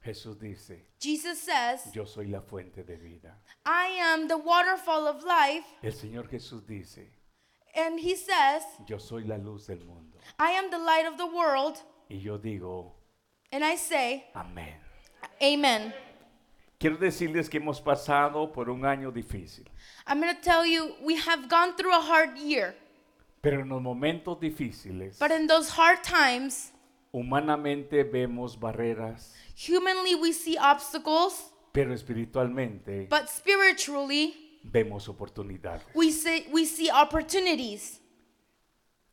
Jesús dice, Jesus says, yo soy la fuente de vida. I am the waterfall of life. El Señor Jesús dice, And he says, yo soy la luz del mundo. I am the light of the world. Y yo digo, And I say, amén. Amen. Quiero decirles que hemos pasado por un año difícil, I'm going to tell you, we have gone through a hard year. pero en los momentos difíciles, But in those hard times, humanamente vemos barreras, humanly we see obstacles, pero espiritualmente but spiritually vemos oportunidades. we see, we see opportunities.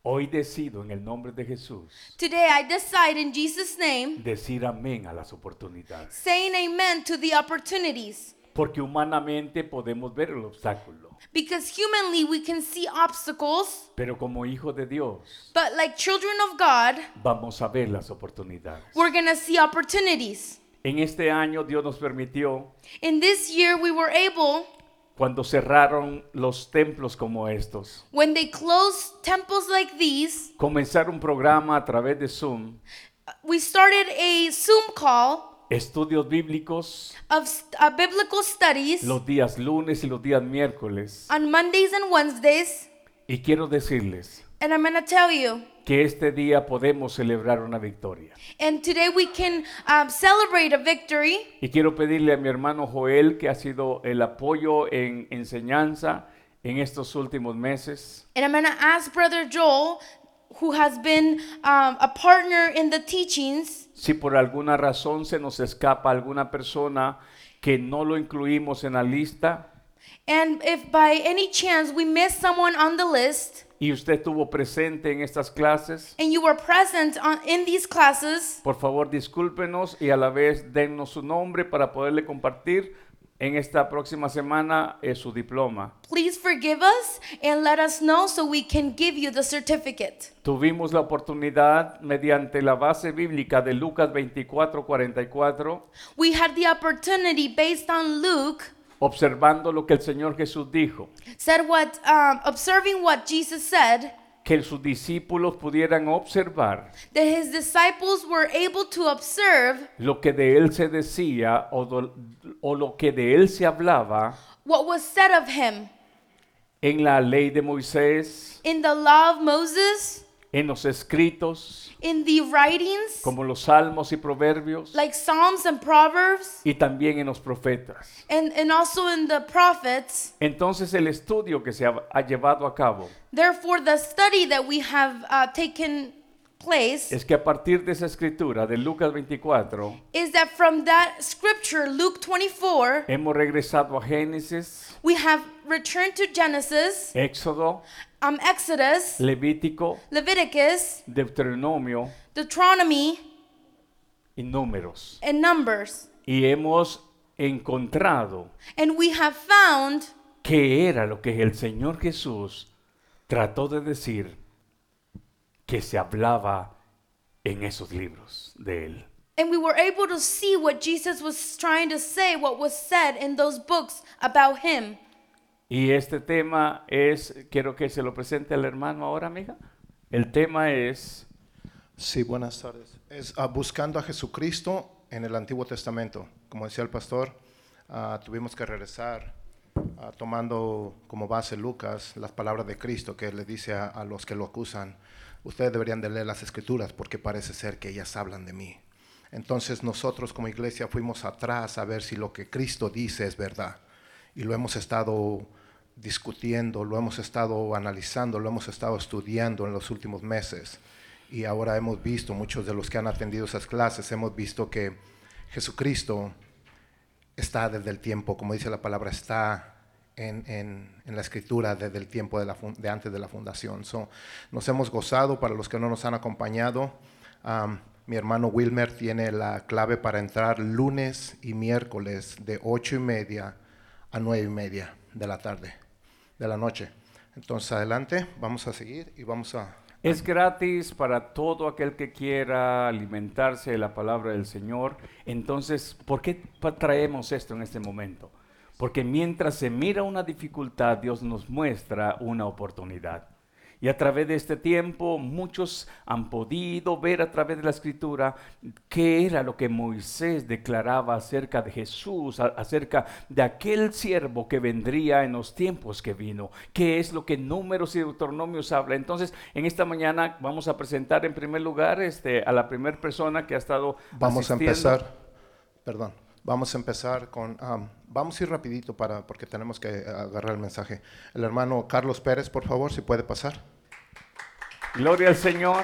Hoy decido en el nombre de Jesús Today I decide in Jesus' name, decir amén a las oportunidades, saying amen to the opportunities. porque humanamente podemos ver el obstáculo, Because humanly we can see obstacles, pero como hijos de Dios but like children of God, vamos a ver las oportunidades. we're going to see opportunities. En este año Dios nos permitió, In this year, we were able, cuando cerraron los templos como estos, when they closed temples like these, comenzar un programa a través de Zoom, we started a Zoom call estudios bíblicos of st- uh, biblical studies los días lunes y los días miércoles. on Mondays and Wednesdays. Y quiero decirles And I'm going to tell you, que este día podemos celebrar una victoria. and today we can um, celebrate a victory. Y quiero pedirle a mi hermano Joel, que ha sido el apoyo en enseñanza en estos últimos meses, And I'm going to ask Brother Joel, who has been um, a partner in the teachings, si por alguna razón se nos escapa alguna persona que no lo incluimos en la lista and if by any chance we miss someone on the list y usted estuvo presente en estas clases, and you were present on, in these classes, por favor discúlpenos y a la vez dennos su nombre para poderle compartir en esta próxima semana eh, su diploma. please forgive us and let us know so we can give you the certificate. Tuvimos la oportunidad mediante la base bíblica de Lucas 24:44 We had the opportunity based on Luke, observando lo que el Señor Jesús dijo, said what, um, observing what Jesus said, que sus discípulos pudieran observar that his disciples were able to observe lo que de él se decía o, do- o lo que de él se hablaba what was said of him en la ley de Moisés, in the law of Moses, en los escritos, in the writings, como los salmos y proverbios, like Psalms and Proverbs, y también en los profetas. and, and also in the prophets. Entonces el estudio que se ha, ha llevado a cabo Therefore, the study that we have uh, taken place es que a partir de esa escritura de Lucas 24, is that from that scripture, Luke 24, hemos regresado a Génesis, we have returned to Genesis, Éxodo, um, Exodus, Levítico, Leviticus, Deuteronomio Deuteronomy, y Números. and Numbers. y hemos encontrado And we have found que era lo que el Señor Jesús trató de decir que se hablaba en esos libros de él. and we were able to see what Jesus was trying to say, what was said in those books about him. Y este tema es, quiero que se lo presente al hermano ahora, amiga. El tema es, Sí, buenas tardes. Es ah, buscando a Jesucristo en el Antiguo Testamento. Como decía el pastor, ah, tuvimos que regresar ah, tomando como base Lucas las palabras de Cristo que le dice a, a los que lo acusan, ustedes deberían de leer las escrituras porque parece ser que ellas hablan de mí. Entonces nosotros como iglesia fuimos atrás a ver si lo que Cristo dice es verdad. Y lo hemos estado discutiendo, lo hemos estado analizando, lo hemos estado estudiando en los últimos meses. Y ahora hemos visto, muchos de los que han atendido esas clases, hemos visto que Jesucristo está desde el tiempo, como dice la palabra, está en, en- en la escritura desde el tiempo de, la fun- de antes de la fundación. So, nos hemos gozado, para los que no nos han acompañado, am, mi hermano Wilmer tiene la clave para entrar lunes y miércoles de ocho y media a nueve y media de la tarde, de la noche. Entonces adelante, vamos a seguir y vamos a... es gratis para todo aquel que quiera alimentarse de la palabra del Señor. Entonces, ¿por qué pa- traemos esto en este momento? Porque mientras se mira una dificultad, Dios nos muestra una oportunidad. Y a través de este tiempo muchos han podido ver a través de la escritura qué era lo que Moisés declaraba acerca de Jesús, a- acerca de aquel siervo que vendría en los tiempos que vino, qué es lo que Números y Deuteronomios habla. Entonces, en esta mañana vamos a presentar en primer lugar este, a la primera persona que ha estado Vamos a asistiendo. empezar, perdón, vamos a empezar con, am, vamos a ir rapidito para, porque tenemos que eh, agarrar el mensaje. El hermano Carlos Pérez, por favor, si puede pasar. Gloria al Señor.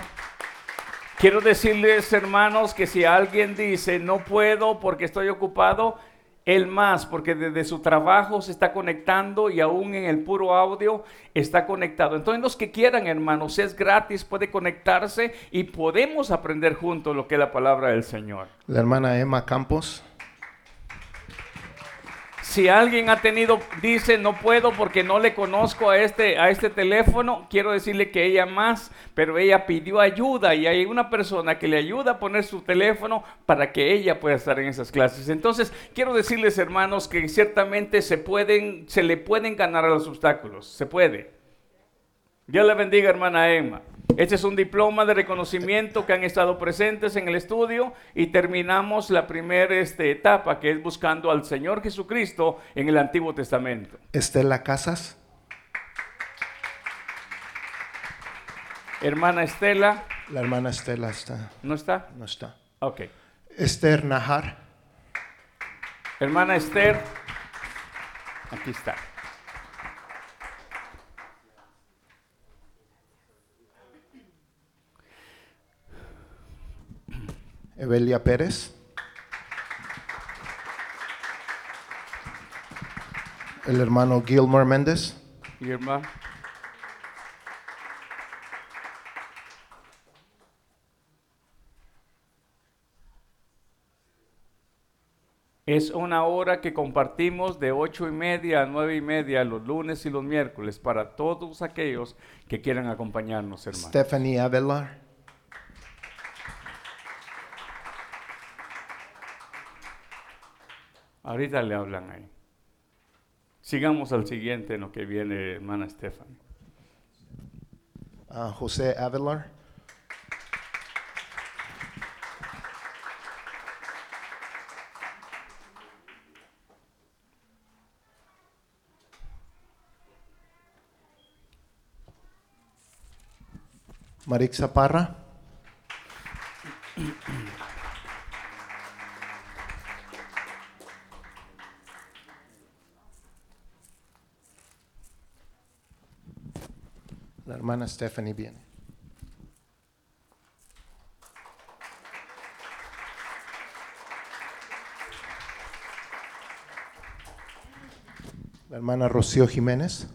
Quiero decirles, hermanos, que si alguien dice no puedo porque estoy ocupado, él más, porque desde su trabajo se está conectando y aún en el puro audio está conectado. Entonces, los que quieran, hermanos, es gratis, puede conectarse y podemos aprender juntos lo que es la palabra del Señor. La hermana Emma Campos, Si alguien ha tenido, dice, no puedo porque no le conozco a este, a este teléfono, quiero decirle que ella más, pero ella pidió ayuda y hay una persona que le ayuda a poner su teléfono para que ella pueda estar en esas clases. Entonces, quiero decirles, hermanos, que ciertamente se pueden, se le pueden ganar a los obstáculos, se puede. Dios le bendiga, hermana Emma. Este es un diploma de reconocimiento que han estado presentes en el estudio y terminamos la primera este, etapa que es buscando al Señor Jesucristo en el Antiguo Testamento. Estela Casas, Hermana Estela, la hermana Estela está, ¿no está? no está. Ok. Esther Najar, Hermana Esther, aquí está. Evelia Pérez. El hermano Gilmore Méndez, Y hermana. Es una hora que compartimos de ocho y media a nueve y media los lunes y los miércoles para todos aquellos que quieran acompañarnos, hermano. Stephanie Avelar, Ahorita le hablan ahí. Sigamos al siguiente en lo que viene, hermana Stephanie. ah, José Avelar, Marixa Parra, la hermana Stephanie viene. La hermana Rocío Jiménez.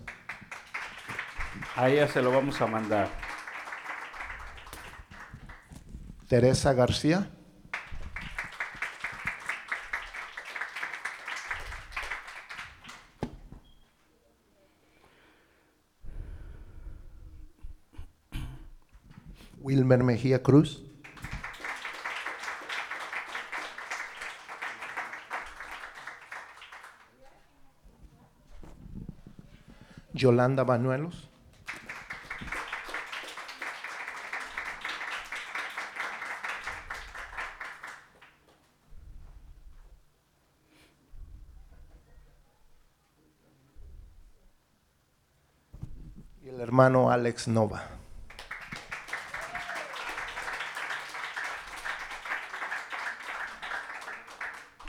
A ella se lo vamos a mandar. Teresa García, Wilmer Mejía Cruz, Yolanda Banuelos, y el hermano Alex Nova.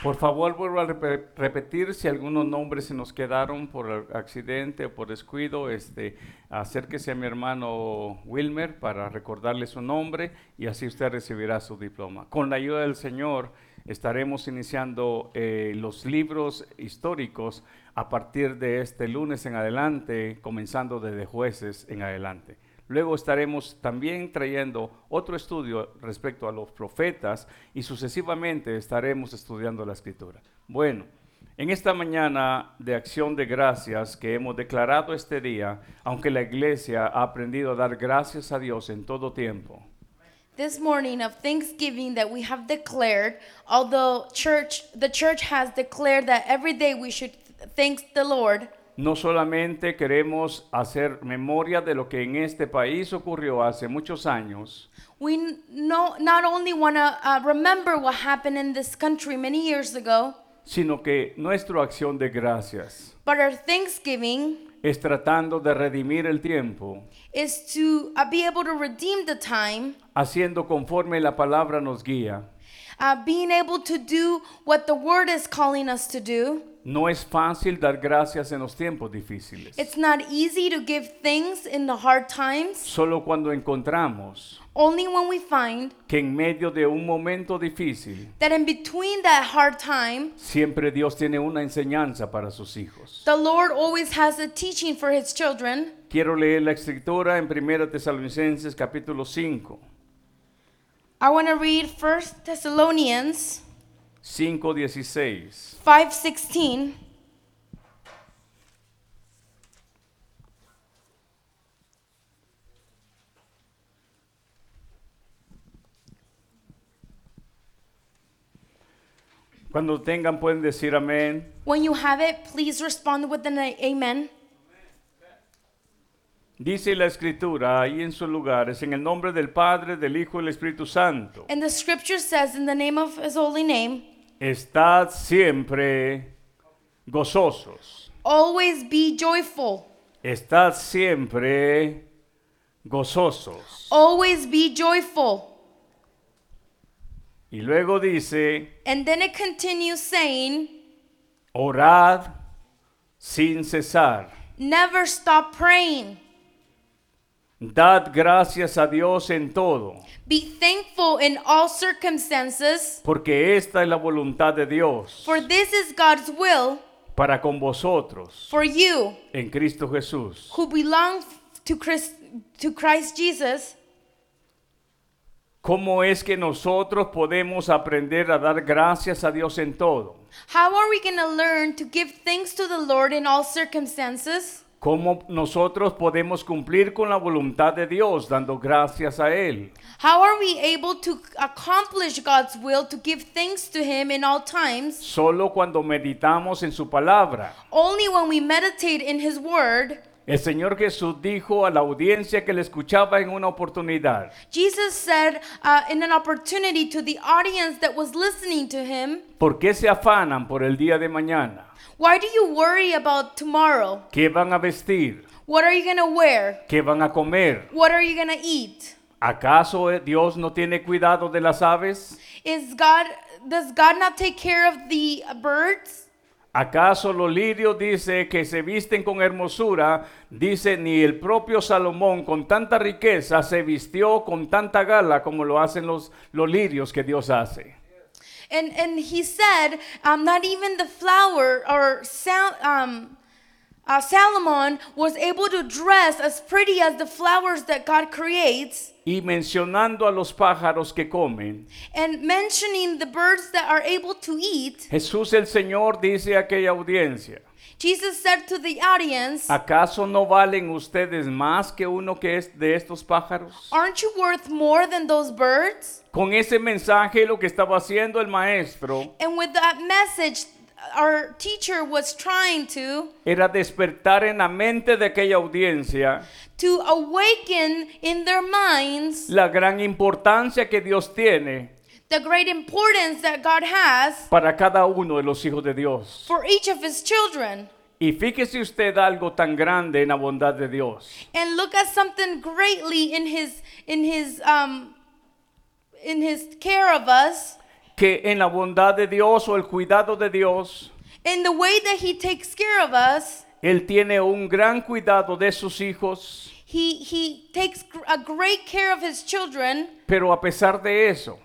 Por favor, vuelvo a repe- repetir si algunos nombres se nos quedaron por accidente o por descuido, este, acérquese a mi hermano Wilmer para recordarle su nombre y así usted recibirá su diploma. Con la ayuda del Señor estaremos iniciando eh, los libros históricos a partir de este lunes en adelante, comenzando desde jueces en adelante. Luego estaremos también trayendo otro estudio respecto a los profetas y sucesivamente estaremos estudiando la escritura. Bueno, en esta mañana de acción de gracias que hemos declarado este día, aunque la iglesia ha aprendido a dar gracias a Dios en todo tiempo, This morning of Thanksgiving that we have declared, although church the church has declared that every day we should thank the Lord, No solamente queremos hacer memoria de lo que en este país ocurrió hace muchos años, We n- no, not only want to uh, remember what happened in this country many years ago, sino que nuestra acción de gracias but our Thanksgiving es tratando de redimir el tiempo, is to uh, be able to redeem the time, haciendo conforme la palabra nos guía. uh, being able to do what the Word is calling us to do. No es fácil dar gracias en los tiempos difíciles. It's not easy to give things in the hard times, Solo cuando encontramos only when we find que en medio de un momento difícil, that in between that hard time, siempre Dios tiene una enseñanza para sus hijos. the Lord always has a teaching for His children. Quiero leer la escritura en 1 Tesalonicenses capítulo 5, I want to read 1 Thessalonians 5, 16. 5:16. Cuando tengan pueden decir amén. When you have it, please respond with an a- amen. Dice la escritura ahí en sus lugares, en el nombre del Padre, del Hijo y del Espíritu Santo. And the scripture says in the name of his holy name, Estad siempre gozosos. always be joyful. Estad siempre gozosos. Always be joyful. Y luego dice, And then it continues saying, orad sin cesar. never stop praying. Dad gracias a Dios en todo, Be thankful in all circumstances, porque esta es la voluntad de Dios for this is God's will para con vosotros for you en Cristo Jesús. who belong to Christ, to Christ Jesus. ¿Cómo es que nosotros podemos aprender a dar gracias a Dios en todo? How are we going to learn to give thanks to the Lord in all circumstances? ¿Cómo nosotros podemos cumplir con la voluntad de Dios dando gracias a Él? How are we able to accomplish God's will to give thanks to Him in all times? Solo cuando meditamos en su palabra. Only when we meditate in His Word. El Señor Jesús dijo a la audiencia que le escuchaba en una oportunidad, Jesus said uh, in an opportunity to the audience that was listening to Him, ¿por qué se afanan por el día de mañana? Why do you worry about tomorrow? ¿Qué van a vestir? What are you going to wear? ¿Qué van a comer? What are you going to eat? ¿Acaso eh, Dios no tiene cuidado de las aves? Is God does God not take care of the uh, birds? ¿Acaso los lirios dice que se visten con hermosura? Dice, ni el propio Salomón con tanta riqueza se vistió con tanta gala como lo hacen los, los lirios que Dios hace. And and he said, um, not even the flower or Sal- um, uh, Salomon was able to dress as pretty as the flowers that God creates. Y mencionando a los pájaros que comen, And mentioning the birds that are able to eat, Jesús el Señor dice a aquella audiencia, Jesus said to the audience, ¿acaso no valen ustedes más que uno que es de estos pájaros? "Aren't you worth more than those birds?" Con ese mensaje lo que estaba haciendo el maestro And with that message, our teacher was trying to era despertar en la mente de aquella audiencia to awaken in their minds la gran importancia que Dios tiene the great importance that God has para cada uno de los hijos de Dios. for each of his children. Y fíjese usted algo tan grande en la bondad de Dios, And look at something greatly in his in his um in his care of us, que en la bondad de Dios o el cuidado de Dios, in the way that he takes care of us. Él tiene un gran cuidado de sus hijos, He he takes gr- a great care of his children, pero a pesar de eso,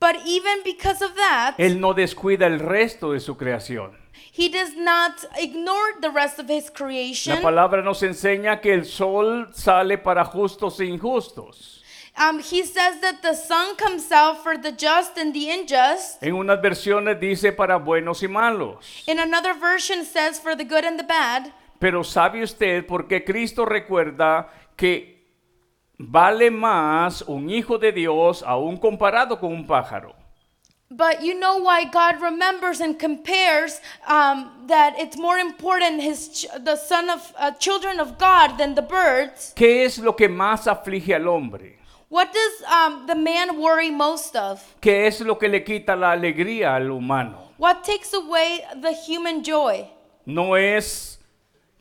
but even because of that, Él no descuida el resto de su creación. he does not ignore the rest of his La creation. palabra nos enseña que el sol sale para justos e injustos. Um, he says that the sun comes out for the just and the unjust. En unas versiones dice para buenos y malos. In another version says for the good and the bad. Pero ¿sabe usted por qué Cristo recuerda que vale más un hijo de Dios aún comparado con un pájaro? But you know why God remembers and compares um, that it's more important his ch- the son of uh, children of God than the birds. ¿Qué es lo que más aflige al hombre? What does um, the man worry most of? ¿Qué es lo que le quita la alegría al humano? What takes away the human joy? No es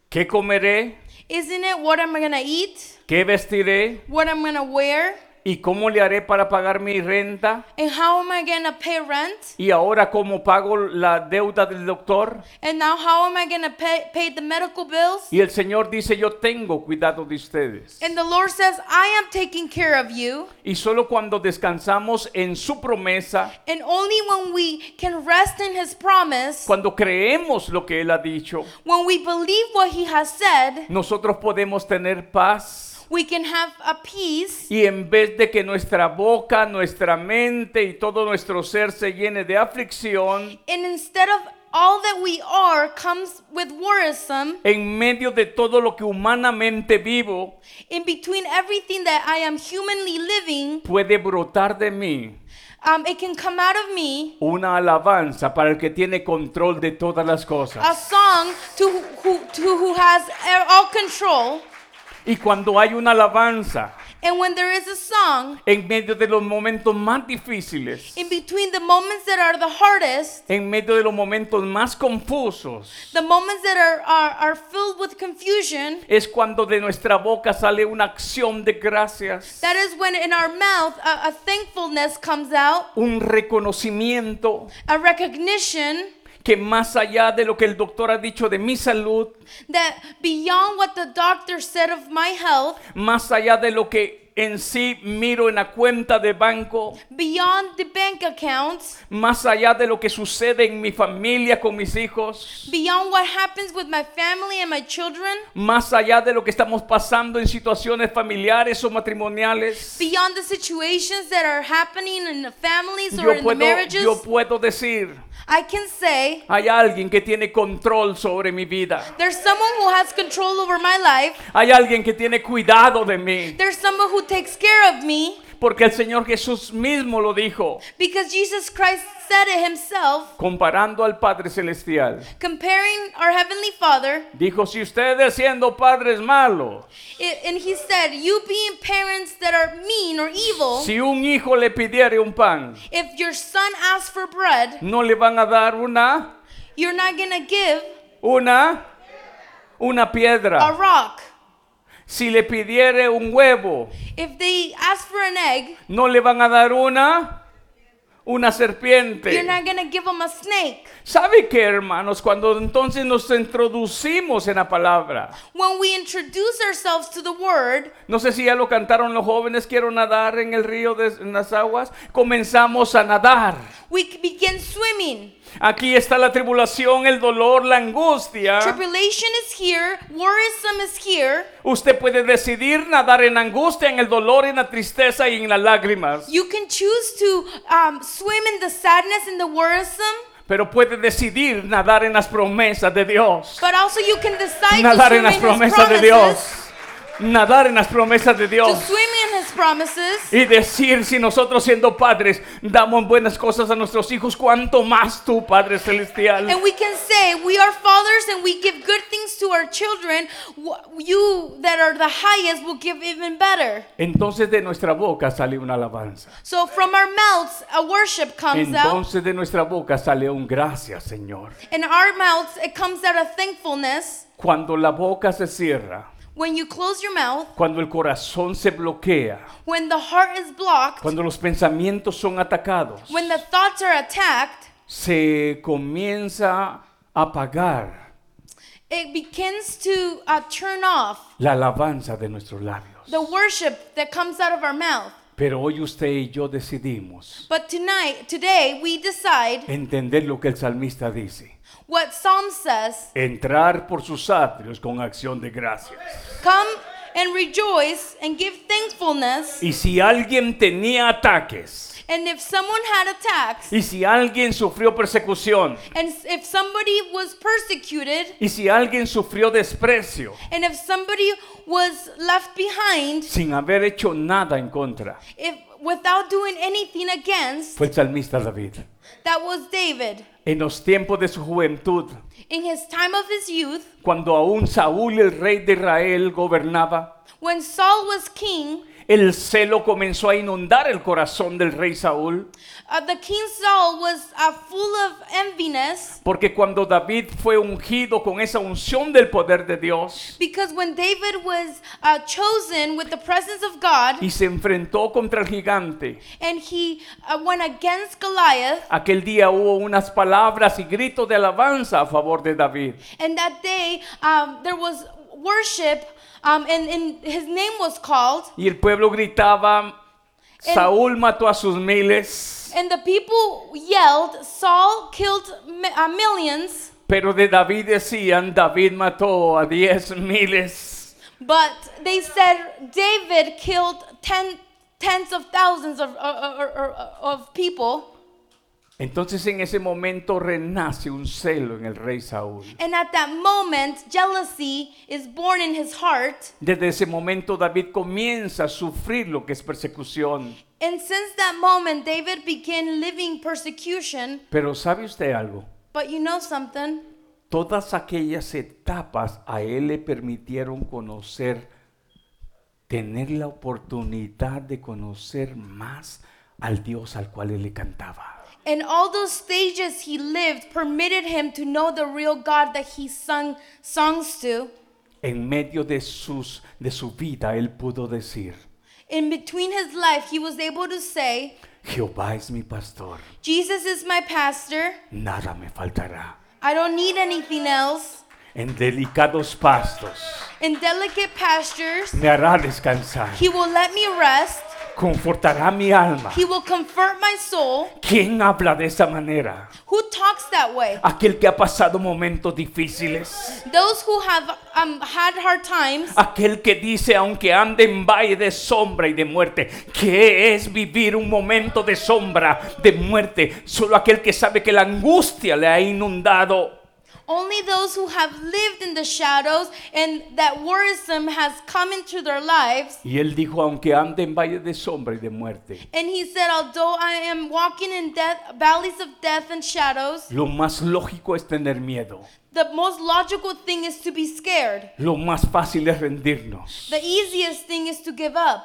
qué comeré, Isn't it what am I gonna eat? qué vestiré What I'm gonna wear? y cómo le haré para pagar mi renta And how am I gonna pay rent? y ahora cómo pago la deuda del doctor. And now how am I gonna pay, pay the medical bills? Y el Señor dice, yo tengo cuidado de ustedes. And the Lord says, I am taking care of you. Y solo cuando descansamos en su promesa, And only when we can rest in his promise, cuando creemos lo que Él ha dicho, when we believe what he has said, nosotros podemos tener paz. we can have a peace. Y en vez de que nuestra boca, nuestra mente y todo nuestro ser se llene de aflicción, And instead of all that we are comes with worrisome, en medio de todo lo que humanamente vivo, in between everything that I am humanly living, puede brotar de mí um, it can come out of me una alabanza para el que tiene control de todas las a cosas. song to who, who, to who has e- all control. Y cuando hay una alabanza, And when there is a song, en medio de los momentos más difíciles, in between the moments that are the hardest, en medio de los momentos más confusos, the moments that are, are, are filled with confusion, es cuando de nuestra boca sale una acción de gracias, that is when in our mouth a, a thankfulness comes out, un reconocimiento a recognition que más allá de lo que el doctor ha dicho de mi salud, that beyond what the doctor said of my health, más allá de lo que en sí miro en la cuenta de banco, beyond the bank accounts, más allá de lo que sucede en mi familia con mis hijos, beyond what happens with my family and my children, más allá de lo que estamos pasando en situaciones familiares o matrimoniales, beyond the situations that are happening in the families or yo in the puedo, marriages, yo puedo decir, I can say hay alguien que tiene control sobre mi vida. there's someone who has control over my life. Hay alguien que tiene cuidado de mí, There's someone who takes care of me porque el Señor Jesús mismo lo dijo, because Jesus Christ said it himself, comparando al Padre Celestial. comparing our Heavenly Father. Dijo, si ustedes siendo padres malos, i- And he said, You being parents that are mean or evil, si un hijo le pidiere un pan, If your son asks for bread, no le van a dar una, you're not gonna give una, una a piedra. rock. Si le pidiere un huevo, If they ask for an egg, no le van a dar una, una you're serpiente. not gonna give them a snake. ¿Sabe qué, hermanos? Cuando entonces nos introducimos en la palabra. When we introduce ourselves to the word, No sé si ya lo cantaron los jóvenes, quiero nadar en el río de en las aguas. Comenzamos a nadar. we c- begin swimming. Aquí está la tribulación, el dolor, la angustia. Tribulation is here, worrisome is here. Usted puede decidir nadar en angustia, en el dolor, en la tristeza y en las lágrimas. You can choose to um, swim in the sadness and the worrisome, Pero puede decidir nadar en las promesas de Dios. but also you can decide to Nadar en swim in las his promesas de promises. Dios. Nadar en las promesas de To Dios. swim in his promises. Y decir si nosotros siendo padres damos buenas cosas a nuestros hijos, cuánto más tú, Padre Celestial. And we can say, We are fathers and we give good things to our children. Wh- You that are the highest will give even better. Entonces de nuestra boca sale una alabanza. So from our mouths, a worship comes out. Entonces de nuestra boca sale un gracias, Señor. In our mouths, it comes out of thankfulness. Cuando la boca se cierra, When you close your mouth, cuando el corazón se bloquea, when the heart is blocked, cuando los pensamientos son atacados, when the thoughts are attacked, se comienza a apagar it begins to uh, turn off la alabanza de nuestros labios. the worship that comes out of our mouth. Pero hoy usted y yo decidimos But tonight, today, we decide entender lo que el salmista dice. what Psalm says Entrar por sus atrios con acción de gracias. come and rejoice and give thankfulness. Y si alguien tenía ataques, And if someone had attacks, Y si alguien sufrió persecución, and s- if somebody was persecuted, y si alguien sufrió desprecio, and if somebody was left behind, sin haber hecho nada en contra, if without doing anything against, fue el salmista David. That was David. en los tiempos de su juventud, In his time of his youth, cuando aún Saúl, el rey de Israel, gobernaba, when Saul was king, el celo comenzó a inundar el corazón del rey Saúl, uh, the king Saul was uh, full of enviness porque cuando David fue ungido con esa unción del poder de Dios because when David was uh, chosen with the presence of God y se enfrentó contra el gigante, and he uh, went against Goliath, aquel día hubo unas palabras y gritos de alabanza a favor de David. and that day um, there was worship, um, and, and his name was called, Y el pueblo gritaba, Saúl mató a sus miles, and the people yelled, Saul killed mi- uh, millions, pero de David decían, David mató a diez miles. but they said David killed ten, tens of thousands of, uh, or- or- or- of people. Entonces en ese momento renace un celo en el rey Saúl. And at that moment, jealousy is born in his heart. Desde ese momento David comienza a sufrir lo que es persecución. And since that moment, David began living persecution. Pero ¿sabe usted algo? But you know something? Todas aquellas etapas a él le permitieron conocer, tener la oportunidad de conocer más al Dios al cual él le cantaba. In all those stages he lived permitted him to know the real God that he sung songs to. En medio de, sus, de su vida él pudo decir, In between his life, he was able to say, Jehová es mi pastor, Jesus is my pastor. nada me faltará. I don't need anything else. En delicados pastos In delicate pastures, me hará descansar, he will let me rest. confortará mi alma. He will comfort my soul. ¿Quién habla de esa manera? Who talks that way? Aquel que ha pasado momentos difíciles. Those who have um, had hard times, Aquel que dice, aunque ande en valle de sombra y de muerte, que es vivir un momento de sombra, de muerte? Solo aquel que sabe que la angustia le ha inundado. only those who have lived in the shadows and that worrisome has come into their lives. Y él dijo, aunque ande en valle de sombra y de muerte, And he said, Although I am walking in death, valleys of death and shadows, lo más lógico es tener miedo. the most logical thing is to be scared. Lo más fácil es rendirnos. The easiest thing is to give up.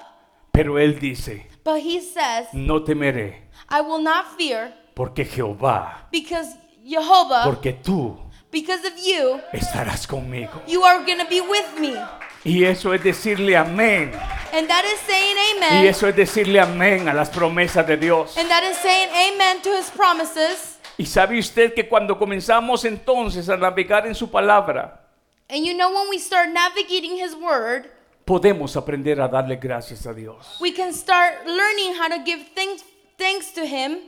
Pero él dice, But he says, no temeré, I will not fear porque Jehová, because Jehovah, porque tú because of you, estarás conmigo. you are going to be with me. Y eso es decirle amén. And that is saying Y amen. eso es decirle amén a las promesas de Dios. And that is saying amen to his promises. Y sabe usted que cuando comenzamos entonces a navegar en su palabra, And you know, when we start navigating his word, podemos aprender a darle gracias a Dios. we can start learning how to give thanks, thanks to him.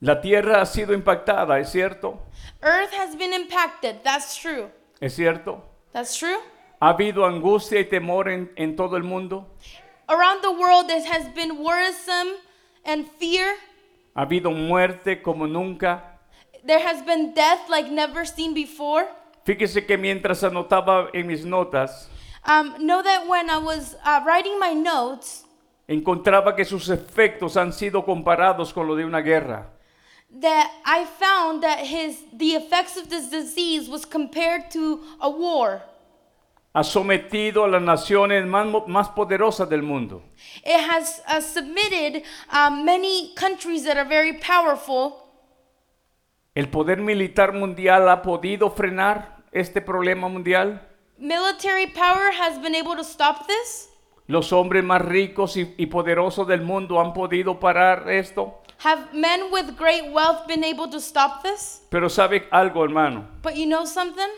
La tierra ha sido impactada, ¿es cierto? Earth has been impacted. That's true. ¿Es cierto? That's true. ¿Ha habido angustia y temor en, en todo el mundo? Around the world, there has been worrisome and fear. ¿Ha habido muerte como nunca? There has been death like never seen before. Fíjese que mientras anotaba en mis notas, Um, know that when I was uh, writing my notes, encontraba que sus efectos han sido comparados con lo de una guerra. that I found that his the effects of this disease was compared to a war. Ha sometido a las naciones más, mo- más poderosas del mundo. It has uh, submitted uh, many countries that are very powerful. ¿El poder militar mundial ha podido frenar este problema mundial? Military power has been able to stop this. ¿Los hombres más ricos y, y poderosos del mundo han podido parar esto? Have men with great wealth been able to stop this? Pero sabe algo, hermano. But you know something?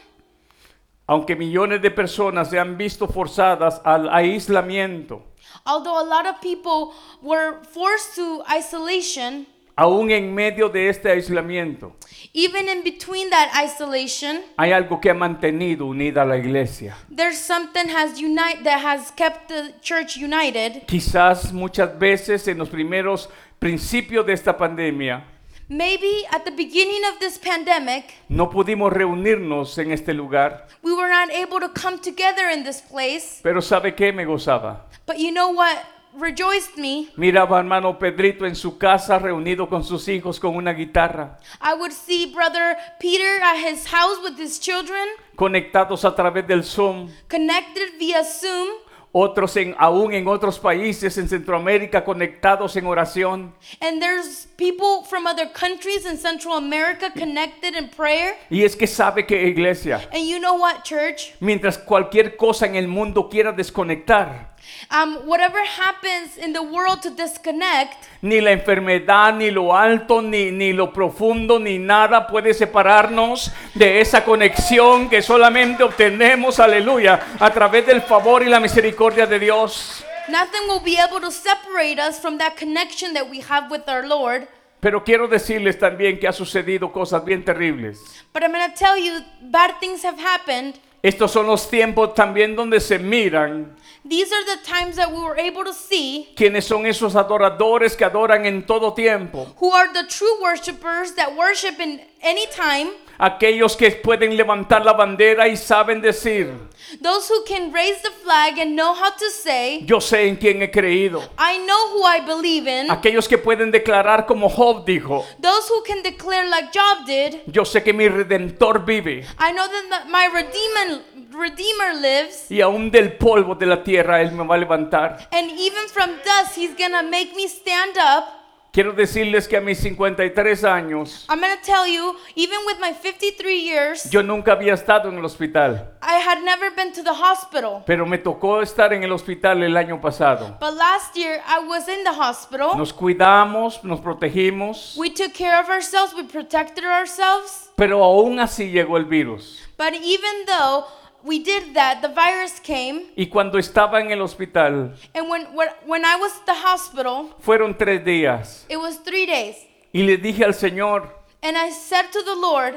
Aunque millones de personas se han visto forzadas al aislamiento, Although a lot of people were forced to isolation, aún en medio de este aislamiento, even in between that isolation, hay algo que ha mantenido unida a la iglesia. there's something has unite that has kept the church united. Quizás muchas veces en los primeros principios de esta pandemia Maybe at the beginning of this pandemic, no pudimos reunirnos en este lugar, we were not able to come together in this place, pero ¿sabe qué me gozaba? but you know what rejoiced me. Miraba a hermano Pedrito en su casa reunido con sus hijos con una guitarra, I would see brother Peter at his house with his children, conectados a través del Zoom. connected via Zoom, Otros en, aún en otros países en Centroamérica conectados en oración. and there's people from other countries in Central America connected in prayer. Y es que sabe que iglesia, And you know what, church? mientras cualquier cosa en el mundo quiera desconectar, Um, whatever happens in the world to disconnect, ni la enfermedad, ni lo alto, ni, ni lo profundo, ni nada puede separarnos de esa conexión que solamente obtenemos, aleluya, a través del favor y la misericordia de Dios. nothing will be able to separate us from that connection that we have with our Lord. Pero quiero decirles también que ha sucedido cosas bien terribles. But I'm going to tell you, bad things have happened. Estos son los tiempos también donde se miran These are the times that we were able to see quiénes son esos adoradores que adoran en todo tiempo. who are the true worshipers that worship in any time, Aquellos que pueden levantar la bandera y saben decir, those who can raise the flag and know how to say, yo sé en quién he creído. I know who I believe in, Aquellos que pueden declarar como Job dijo, those who can declare like Job did, yo sé que mi redentor vive I know that my redeemer, redeemer lives, y aún del polvo de la tierra él me va a levantar. and even from dust he's gonna make me stand up. Quiero decirles que a mis 53 años I'm gonna tell you, even with my 53 years, yo nunca había estado en el hospital, I had never been to the hospital. pero me tocó estar en el hospital el año pasado. But last year I was in the hospital. Nos cuidamos, nos protegimos, We took care of ourselves, we protected ourselves. pero aún así llegó el virus. But even though we did that, the virus came. Y cuando estaba en el hospital, And when, when, when I was at the hospital, fueron tres días it was three days. y le dije al Señor, And I said to the Lord,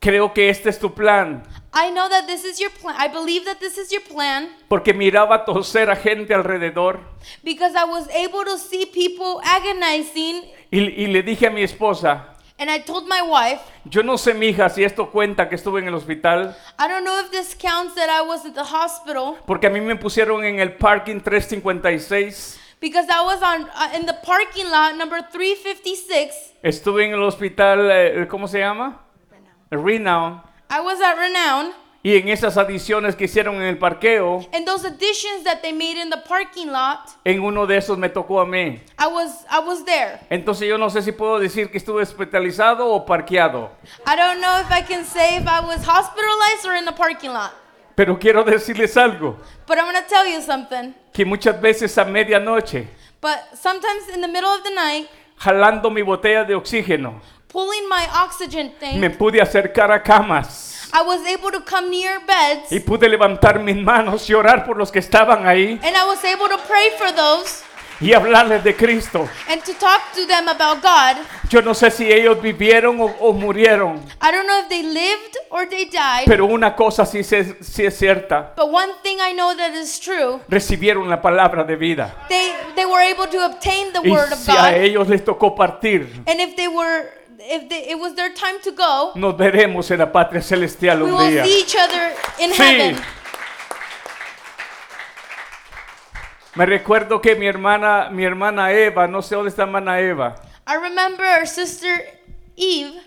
creo que este es tu plan, I know that this is your plan. I believe that this is your plan porque miraba toser a gente alrededor. because I was able to see people agonizing. Y, y le dije a mi esposa, And I told my wife, yo no sé, mija, si esto cuenta que estuve en el hospital, I don't know if this counts that I was at the hospital porque a mí me pusieron en el parking 356, because I was on uh, in the parking lot number 356. estuve en el hospital, eh, ¿cómo se llama? Renown. I was at Renown. Y en esas adiciones que hicieron en el parqueo, And those additions that they made in the parking lot, en uno de esos me tocó a mí. I was I was there. Entonces yo no sé si puedo decir que estuve hospitalizado o parqueado, I don't know if I can say if I was hospitalized or in the parking lot. pero quiero decirles algo, But I'm gonna tell you something. que muchas veces a medianoche, But sometimes in the middle of the night, jalando mi botella de oxígeno, pulling my oxygen thing, me pude acercar a camas. I was able to come near beds Y pude levantar mis manos y orar por los que estaban ahí and I was able to pray for those y hablarles de Cristo. and to talk to them about God. Yo no sé si ellos vivieron o, o murieron, I don't know if they lived or they died, pero una cosa sí, se- sí es cierta. but one thing I know that is true. Recibieron la palabra de vida. They they were able to obtain the Y word of si a God. ellos les tocó partir, And if they were, if they, it was their time to go, nos veremos en la patria celestial we un will día. see each other in Sí. heaven. Me recuerdo que mi hermana, mi hermana Eva, no sé dónde está hermana Eva. I remember our sister Eve.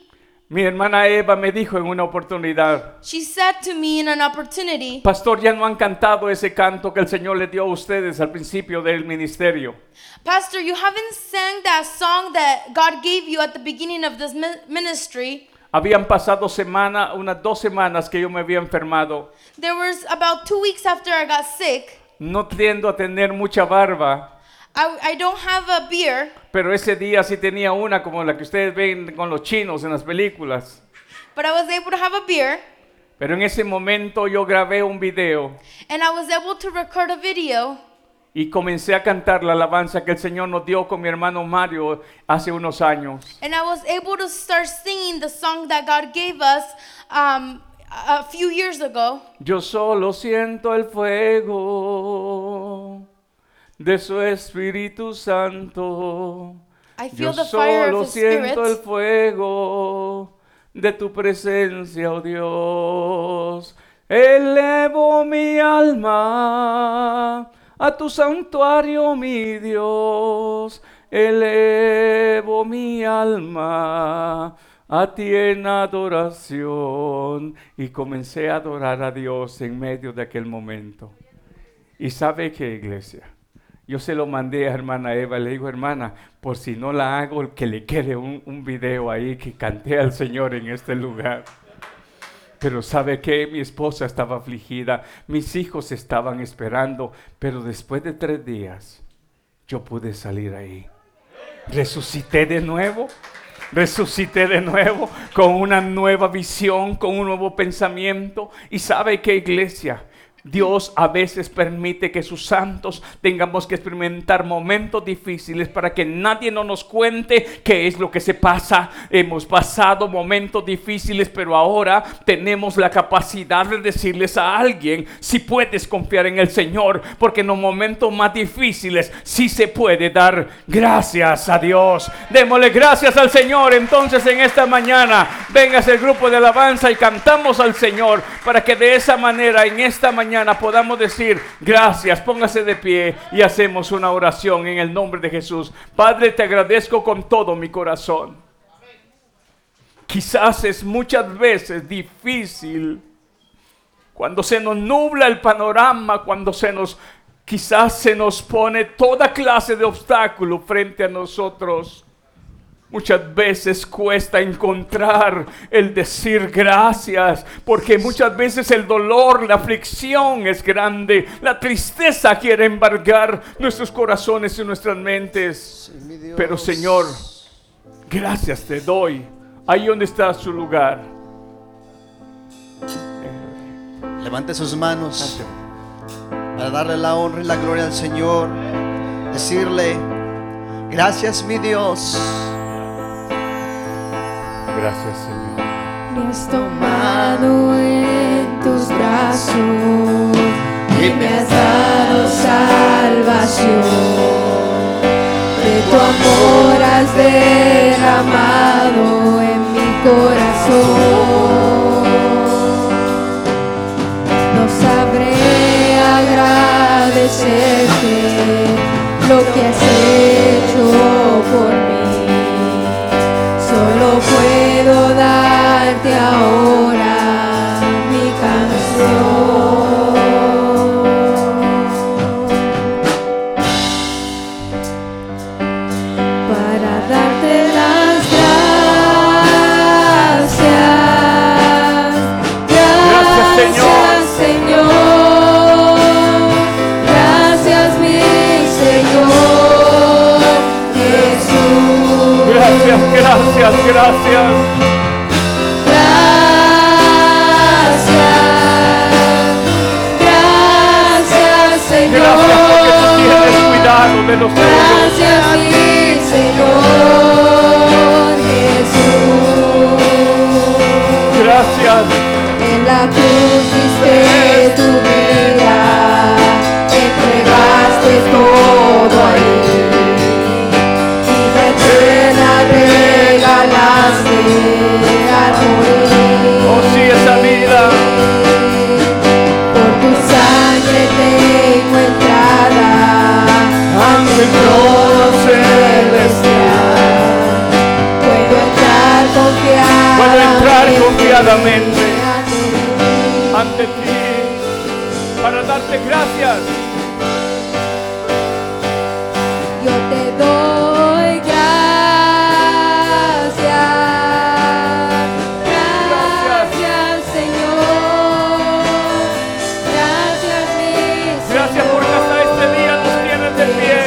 Mi hermana Eva me dijo en una oportunidad, She said to me in an opportunity, Pastor, ya no han cantado ese canto que el Señor les dio a ustedes al principio del ministerio. Pastor, you haven't sang that song that God gave you at the beginning of this mi- ministry. Habían pasado semana, unas dos semanas que yo me había enfermado. There was about two weeks after I got sick. No tiendo a tener mucha barba, I, I don't have a beer, pero ese día sí tenía una como la que ustedes ven con los chinos en las películas. but I was able to have a beer. Pero en ese momento yo grabé un video And I was able to record a video. y comencé a cantar la alabanza que el Señor nos dio con mi hermano Mario hace unos años. And I was able to start singing the song that God gave us um, a a few years ago. Yo solo siento el fuego de su Espíritu Santo. I feel Yo the fire solo of His Spirit. siento el fuego de tu presencia, oh Dios. Elevo mi alma A tu santuario, mi Dios, elevo mi alma. A ti en adoración. Y comencé a adorar a Dios en medio de aquel momento. Y sabe qué, iglesia. Yo se lo mandé a hermana Eva, le digo, hermana, por si no la hago, que le quede un, un video ahí que cante al Señor en este lugar. Pero sabe que mi esposa estaba afligida, mis hijos estaban esperando, pero después de tres días yo pude salir ahí. Resucité de nuevo, resucité de nuevo con una nueva visión, con un nuevo pensamiento. Y sabe que iglesia, Dios a veces permite que sus santos tengamos que experimentar momentos difíciles para que nadie no nos cuente qué es lo que se pasa. Hemos pasado momentos difíciles, pero ahora tenemos la capacidad de decirles a alguien si puedes confiar en el Señor, porque en los momentos más difíciles sí se puede dar gracias a Dios. Démosle gracias al Señor. Entonces en esta mañana vengas el grupo de alabanza y cantamos al Señor para que de esa manera en esta mañana podamos decir gracias, póngase de pie y hacemos una oración en el nombre de Jesús. Padre, te agradezco con todo mi corazón. Quizás es muchas veces difícil cuando se nos nubla el panorama, cuando se nos quizás se nos pone toda clase de obstáculo frente a nosotros. Muchas veces cuesta encontrar el decir gracias, porque muchas veces el dolor, la aflicción es grande, la tristeza quiere embargar nuestros corazones y nuestras mentes. Pero Señor, gracias te doy, ahí donde está su lugar. Levante sus manos para darle la honra y la gloria al Señor, decirle, gracias mi Dios. Gracias, Señor. Me has tomado en tus brazos y me has dado salvación. De tu amor has derramado en mi corazón. No sabré agradecerte lo que has hecho por mí solo puedo darte ahora mi canción para darte las gracias. Gracias, Señor. Gracias, Señor. Gracias, mi Señor Jesús. Gracias, gracias, gracias. Gracias porque tú tienes Gracias, gracias Señor. cuidado de los tuyos. Gracias mi Señor Jesús. Gracias. En la cruz diste tu vida, entregaste todo ahí. Vida eterna regalaste al morir. Oh, sí, esa vida. Por tu sangre tengo entrada ante el trono celestial. Puedo entrar confiada. Puedo entrar confiadamente ante ti para darte gracias. Yo te doy gracias, gracias Señor, gracias mi Gracias Señor. porque hasta este día nos tienes de pie.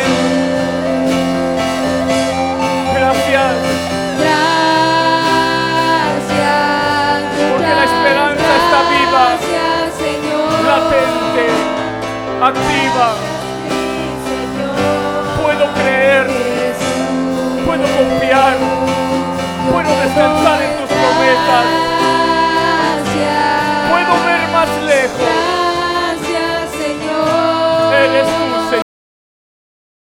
Gracias Gracias, Porque la esperanza está viva. Gracias Señor, latente, activa. Puedo creer, puedo confiar, puedo descansar en tus promesas.